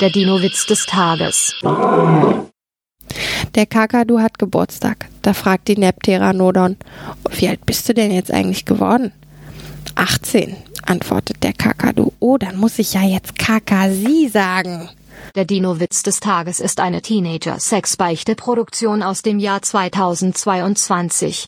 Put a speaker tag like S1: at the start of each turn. S1: Der Dino-Witz des Tages.
S2: Der Kakadu hat Geburtstag. Da fragt die Nepteranodon, wie alt bist du denn jetzt eigentlich geworden? 18, antwortet der Kakadu. Oh, dann muss ich ja jetzt Kakasi sagen.
S1: Der Dino-Witz des Tages ist eine Teenager-Sex-Beichte-Produktion aus dem Jahr 2022.